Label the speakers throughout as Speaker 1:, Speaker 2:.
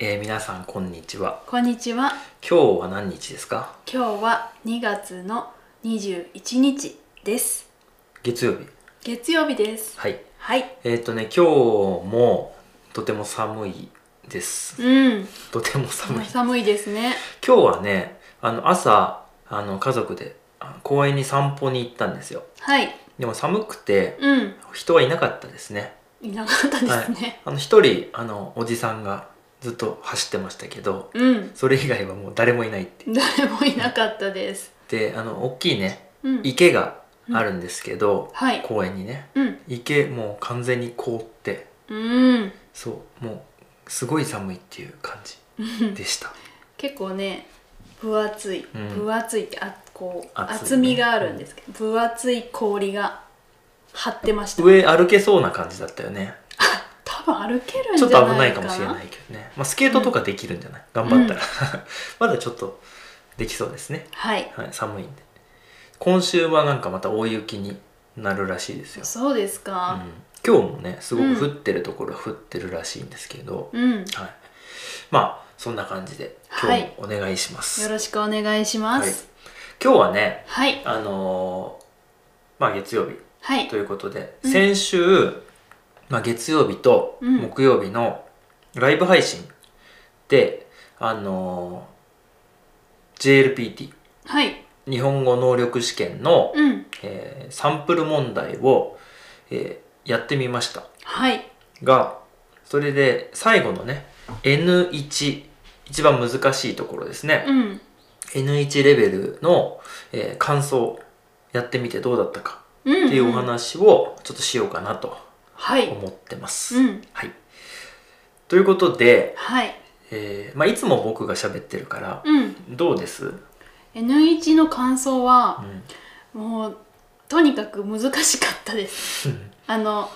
Speaker 1: 皆さんこんにちは
Speaker 2: こんにちは。
Speaker 1: 今日は何日ですか
Speaker 2: 今日は2月の21日です。
Speaker 1: 月曜日
Speaker 2: 月曜日です。
Speaker 1: はい
Speaker 2: はい。
Speaker 1: えっ、とね今日もとても寒いです
Speaker 2: うん。
Speaker 1: とても寒い
Speaker 2: 寒いですね。
Speaker 1: 今日はねあの朝あの家族であの公園に散歩に行ったんですよ
Speaker 2: はい。
Speaker 1: でも寒くて
Speaker 2: うん。
Speaker 1: 人はいなかったですね
Speaker 2: いなかったですね。
Speaker 1: あの一人あのおじさんがずっと走ってましたけど
Speaker 2: うん。
Speaker 1: それ以外はもう誰もいないって
Speaker 2: 誰もいなかったです。
Speaker 1: であの大きいね
Speaker 2: うん。
Speaker 1: 池があるんですけど、
Speaker 2: はい。
Speaker 1: 公園にね
Speaker 2: うん。
Speaker 1: 池もう完全に凍って
Speaker 2: うん。
Speaker 1: そうもうすごい寒いっていう感じでした
Speaker 2: 結構ね、分厚い。
Speaker 1: うん
Speaker 2: 分厚いって、あ、こう、
Speaker 1: 厚いね
Speaker 2: 厚みがあるんですけど、分厚い氷が張ってました。
Speaker 1: 上歩けそうな感じだったよね
Speaker 2: 多分歩けるん
Speaker 1: ち
Speaker 2: じ
Speaker 1: ょ
Speaker 2: ゃ
Speaker 1: っ
Speaker 2: ないかな。
Speaker 1: と危ないかもしれないけどね、まあ、スケートとかできるんじゃない頑張ったら、 まだちょっとできそうですね、
Speaker 2: はい。
Speaker 1: はい、寒いんで今週はなんかまた大雪になるらしいですよ、
Speaker 2: そうです
Speaker 1: うん
Speaker 2: か。、
Speaker 1: 今日もねすごく降ってるところは降ってるらしいんですけど、
Speaker 2: う
Speaker 1: は
Speaker 2: ん。
Speaker 1: い、まあそんな感じで今日もお願いしま
Speaker 2: よ
Speaker 1: す、
Speaker 2: ろしくお願いしま
Speaker 1: はい
Speaker 2: す。
Speaker 1: 今日はね
Speaker 2: はい。
Speaker 1: あのーまあ月曜日
Speaker 2: はい
Speaker 1: と。いうことで、
Speaker 2: うん
Speaker 1: 先週、まあ、月曜日と
Speaker 2: うん
Speaker 1: 木曜日のライブ配信で、あのー JLPT
Speaker 2: はい。
Speaker 1: 日本語能力試験の、
Speaker 2: うん。
Speaker 1: えーサンプル問題を、えーやってみました
Speaker 2: はい。
Speaker 1: がそれで最後のね N1 一番難しいところですね、
Speaker 2: うん。
Speaker 1: N1 レベルの、えー感想やってみてどうだったか
Speaker 2: うん。
Speaker 1: っていうお。話をちょっとしようかなと
Speaker 2: はい。
Speaker 1: 思ってます。
Speaker 2: うん。
Speaker 1: はい、ということで、
Speaker 2: はい。
Speaker 1: えーまあ、いつも僕が喋ってるから、
Speaker 2: うん。
Speaker 1: どうです、うん、
Speaker 2: N1 の感想は、 もう、とにかく難しかったです。あの、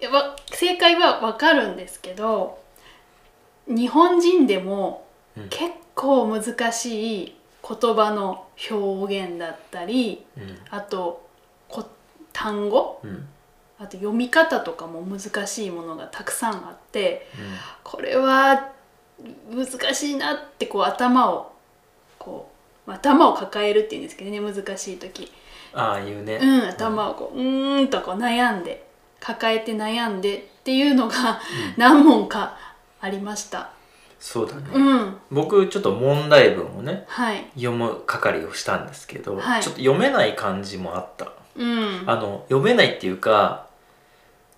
Speaker 2: いやわ正解はわかるんですけど、日本人でも
Speaker 1: うん
Speaker 2: 結構難しい言葉の表現だったり、
Speaker 1: うん
Speaker 2: あと、こ単語
Speaker 1: うんうん
Speaker 2: あと読み方とかも難しいものがたくさんあってこれは難しいなってこう頭をこうまあ頭を抱えるっていうんですけどね難しい時
Speaker 1: ああいうね、
Speaker 2: うん頭をこううーんとこう悩んで抱えて悩んでっていうのが何問かありました
Speaker 1: そうだね、
Speaker 2: うん
Speaker 1: 僕ちょっと問題文をね
Speaker 2: はい
Speaker 1: 読む係をしたんですけど、
Speaker 2: はい
Speaker 1: ちょっと読めない感じもあった
Speaker 2: うん
Speaker 1: あの読めないっていうか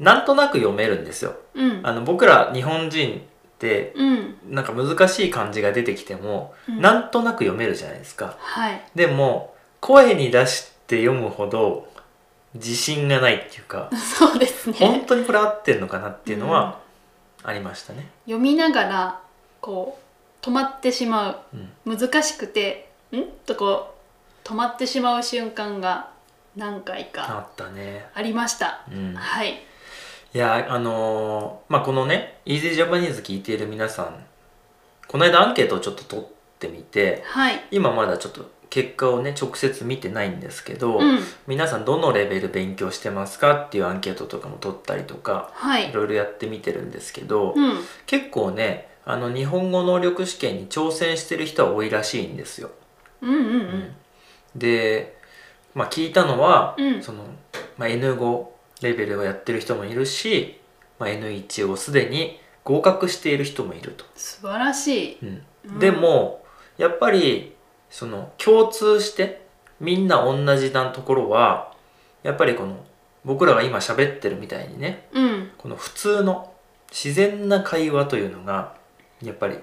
Speaker 1: なんとなく読めるんですよ
Speaker 2: うん
Speaker 1: あの僕ら日本人って
Speaker 2: うん
Speaker 1: なんか難しい漢字が出てきても、
Speaker 2: うん
Speaker 1: なんとなく読めるじゃないですか、
Speaker 2: はい
Speaker 1: でも声に出して読むほど自信がないっていうか
Speaker 2: そうですね
Speaker 1: 本当にこれ合ってんのかなっていうのはありましたね。
Speaker 2: 読みながらこう止まってしまう
Speaker 1: うん
Speaker 2: 難しくて「ん?」とこう止まってしまう瞬間が何回か
Speaker 1: あったね。
Speaker 2: ありました、
Speaker 1: うん、
Speaker 2: はい
Speaker 1: いやあのーまあこのね「Easy Japanese」聞いている皆さんこの間アンケートをちょっと取ってみて
Speaker 2: はい
Speaker 1: 今まだちょっと結果をね直接見てないんですけど、
Speaker 2: うん
Speaker 1: 皆さんどのレベル勉強してますかっていうアンケートとかも取ったりとか
Speaker 2: はいい
Speaker 1: ろいろやってみてるんですけど、
Speaker 2: うん
Speaker 1: 結構ねあの日本語能力試験に挑戦してる人は多いらしいんですよ。
Speaker 2: うんう
Speaker 1: うんんで、まあ、聞いたのは、
Speaker 2: うん
Speaker 1: そのまあ、N5 レベルをやってる人もいるし、まあ、N1 をすでに合格している人もいると。
Speaker 2: 素晴らしい
Speaker 1: うん
Speaker 2: うん
Speaker 1: でもやっぱりその共通してみんな同じなところはやっぱりこの僕らが今喋ってるみたいにね
Speaker 2: うん
Speaker 1: この普通の自然な会話というのがやっぱり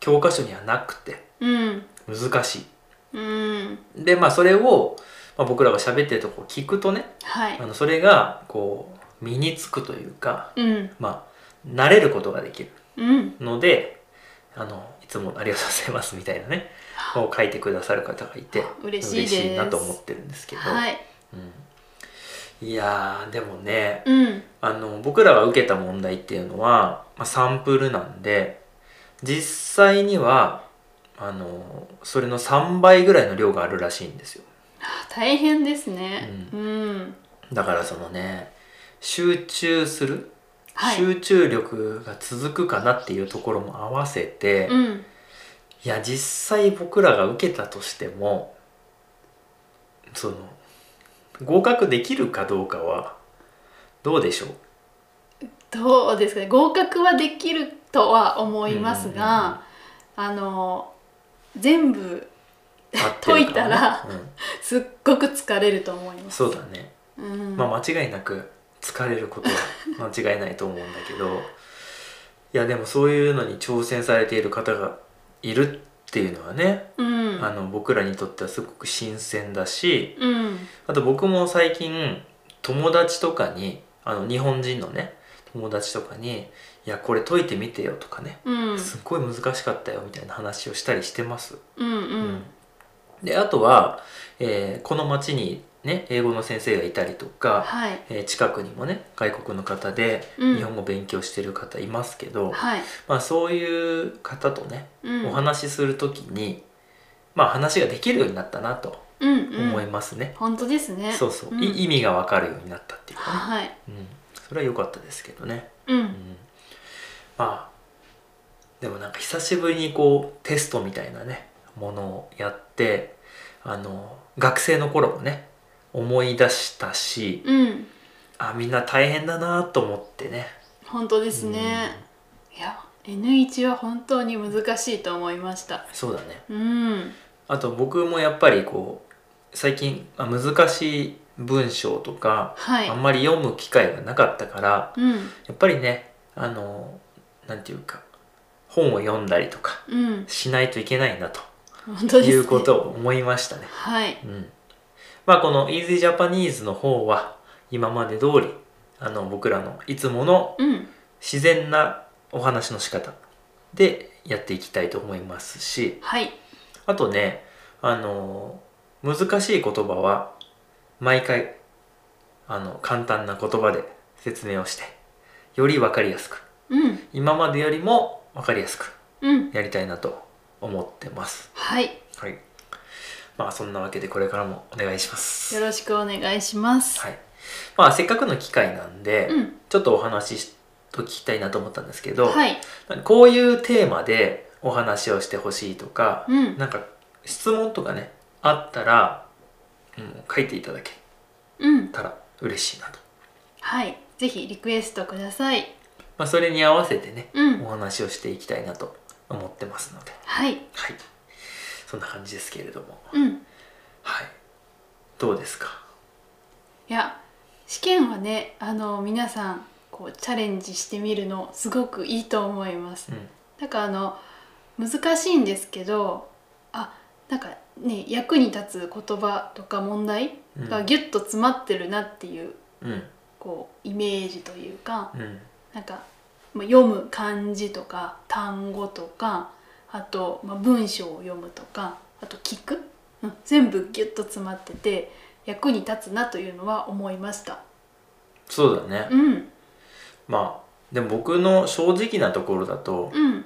Speaker 1: 教科書にはなくて
Speaker 2: うん
Speaker 1: 難し
Speaker 2: うん
Speaker 1: い。でまあそれを、まあ、僕らが喋ってるとこ聞くとね
Speaker 2: はい
Speaker 1: あのそれがこう身につくというか
Speaker 2: うん
Speaker 1: まあ慣れることができる
Speaker 2: うん
Speaker 1: のであのいつもありがとうございますみたいなねを書いてくださる方がいて
Speaker 2: 嬉しいです
Speaker 1: なと思ってるんですけど、
Speaker 2: はい
Speaker 1: うん、いやーでもね
Speaker 2: うん
Speaker 1: あの僕らが受けた問題っていうのは、まあ、サンプルなんで実際にはあのそれの3倍ぐらいの量があるらしいんですよ
Speaker 2: あ大変ですね
Speaker 1: う
Speaker 2: うん
Speaker 1: だからそのね集中する
Speaker 2: はい
Speaker 1: 集中力が続くかなっていうところも合わせて、い
Speaker 2: うん
Speaker 1: や実際僕らが受けたとしてもその合格できるかどうかはどうでしょう
Speaker 2: どうですかね合格はできるとは思いますが、あの全部
Speaker 1: 合ってるか
Speaker 2: 解いたら
Speaker 1: うん
Speaker 2: すっごく疲れると思います。
Speaker 1: そうだね、
Speaker 2: うん
Speaker 1: まあ間違いなく疲れること は間違いないと思うんだけどいやでもそういうのに挑戦されている方がいるっていうのはね、
Speaker 2: うん
Speaker 1: あの僕らにとってはすごく新鮮だし
Speaker 2: うん
Speaker 1: あと僕も最近友達とかにあの日本人のね友達とかに「いやこれ解いてみてよ」とかね
Speaker 2: うん
Speaker 1: すっごい難しかったよみたいな話をしたりしてます。
Speaker 2: うんうん
Speaker 1: であとは、えーこの町にね英語の先生がいたりとか、
Speaker 2: はい
Speaker 1: えー近くにもね外国の方で
Speaker 2: うん
Speaker 1: 日本語勉強してる方いますけど、
Speaker 2: はい、
Speaker 1: まあ、そういう方とね、
Speaker 2: うん、
Speaker 1: お話しする時に、まあ、話ができるようになったなと
Speaker 2: うんうん
Speaker 1: 思いますね。
Speaker 2: 本当ですね。
Speaker 1: そうそう、
Speaker 2: ん
Speaker 1: い意味がわかるようになったっていうか、
Speaker 2: はい、
Speaker 1: ねうん、それは良かったですけどね。
Speaker 2: う
Speaker 1: うん
Speaker 2: ん、
Speaker 1: まあでもなんか久しぶりにこうテストみたいなねものをやってあの学生の頃もね思い出したし
Speaker 2: うん、
Speaker 1: あみんな大変だなと思ってね
Speaker 2: 本当ですね。いや、N1 は本当に難しいと思いました。
Speaker 1: そうだね
Speaker 2: うん、
Speaker 1: あと僕もやっぱりこう最近あ難しい文章とか、
Speaker 2: は
Speaker 1: あん
Speaker 2: い、
Speaker 1: まり読む機会がなかったから
Speaker 2: うん、
Speaker 1: やっぱりねあのなんていうか本を読んだりとか
Speaker 2: うん、
Speaker 1: しないといけないなと
Speaker 2: 本当ですね。
Speaker 1: いうことを思いましたね。
Speaker 2: はい、
Speaker 1: うん、まあこの Easy Japanese の方は今まで通りあの僕らのいつもの
Speaker 2: うん、
Speaker 1: 自然なお話の仕方でやっていきたいと思いますし
Speaker 2: はい、
Speaker 1: あとねあの難しい言葉は毎回あの簡単な言葉で説明をしてより分かりやすく
Speaker 2: うん、
Speaker 1: 今までよりも分かりやすく
Speaker 2: うん、
Speaker 1: やりたいなと思ってます。
Speaker 2: はい、
Speaker 1: はいまあそんなわけでこれからもお願いします。
Speaker 2: よろしくお願いします。
Speaker 1: はい。まあ、せっかくの機会なんで、
Speaker 2: うん、
Speaker 1: ちょっとお話ししと聞きたいなと思ったんですけど、
Speaker 2: はい、
Speaker 1: こういうテーマでお話をしてほしいとか、
Speaker 2: うん、
Speaker 1: なんか質問とかね、あったら、うん、書いていただけ
Speaker 2: うん、
Speaker 1: たら嬉しいなと。
Speaker 2: はい、ぜひリクエストください。
Speaker 1: まあ、それに合わせてね、
Speaker 2: うん
Speaker 1: お話をしていきたいなと思ってますので、
Speaker 2: はい、
Speaker 1: はい。そんな感じですけれども、
Speaker 2: うん。
Speaker 1: はい。どうですか
Speaker 2: いや試験はねあの皆さんこうチャレンジしてみるのすごくいいと思います
Speaker 1: うん。
Speaker 2: だからあの難しいんですけどあなんかね役に立つ言葉とか問題がギュッと詰まってるなっていう、
Speaker 1: うん。
Speaker 2: こうイメージというか
Speaker 1: うん。
Speaker 2: なんかまあ読む漢字とか単語とかあと、まあ、文章を読むとかあと聞く、うん、全部ギュッと詰まってて役に立つなというのは思いました。
Speaker 1: そうだね。
Speaker 2: うん
Speaker 1: まあ、でも僕の正直なところだと、
Speaker 2: うん、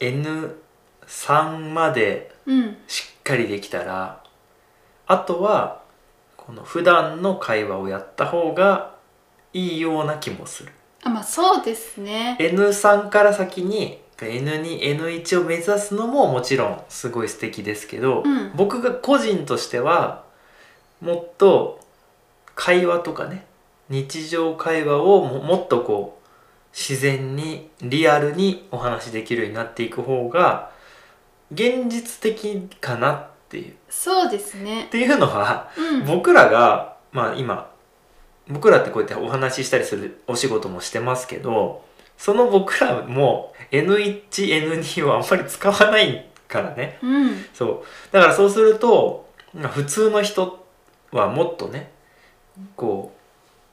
Speaker 1: N3 まで
Speaker 2: うん、
Speaker 1: しっかりできたらあとはこの普段の会話をやった方がいいような気もする
Speaker 2: あまあそうですね
Speaker 1: N3 から先に N2N1 を目指すのももちろんすごい素敵ですけど、
Speaker 2: うん
Speaker 1: 僕が個人としてはもっと会話とかね日常会話をももっとこう自然にリアルにお話しできるようになっていく方が現実的かなっていう。
Speaker 2: そうですね
Speaker 1: っていうのは
Speaker 2: うん
Speaker 1: 僕らがまあ今僕らってこうやってお話ししたりするお仕事もしてますけどその僕らも N1N2 をあんまり使わないからね
Speaker 2: うん
Speaker 1: そうだからそうするとまあ普通の人はもっとねこ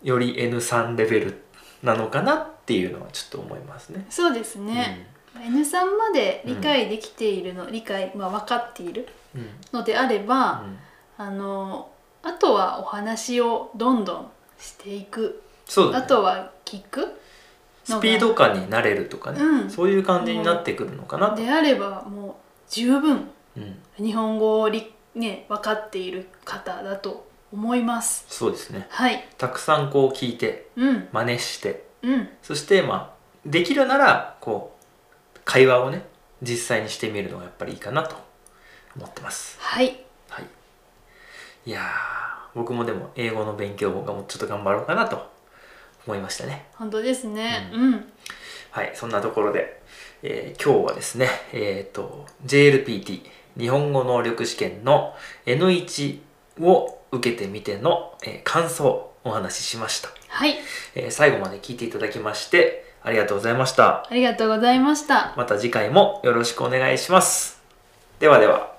Speaker 1: うより N3 レベルなのかなっていうのはちょっと思いますね。
Speaker 2: そうですね、N さんまで理解できているの、理解まあ分かっている
Speaker 1: うん、うん
Speaker 2: のであれ
Speaker 1: う
Speaker 2: ば、
Speaker 1: ん、
Speaker 2: あのあとはお話をどんどんしていく、
Speaker 1: そうだ、
Speaker 2: あ
Speaker 1: ね、
Speaker 2: とは聞く
Speaker 1: スピード感になれるとかね、
Speaker 2: うん
Speaker 1: そういう感じになってくるのかなと、
Speaker 2: であればもう十分
Speaker 1: うん
Speaker 2: 日本語をりね分かっている方だと思います
Speaker 1: そうですね
Speaker 2: はい
Speaker 1: たくさんこう聞いて
Speaker 2: うん
Speaker 1: 真似して
Speaker 2: うん
Speaker 1: そしてまあできるならこう会話をね実際にしてみるのがやっぱりいいかなと思ってます
Speaker 2: はい
Speaker 1: はいいやー僕もでも英語の勉強がもうちょっと頑張ろうかなと思いましたね
Speaker 2: 本当ですね
Speaker 1: う
Speaker 2: うん、
Speaker 1: はいそんなところで、えー今日はですねえっ、と JLPT 日本語能力試験の N1 を受けてみての、えー感想をお話ししました、
Speaker 2: はい
Speaker 1: えー最後まで聞いていただきましてありがとうございました
Speaker 2: ありがとうございました
Speaker 1: また次回もよろしくお願いします。ではでは。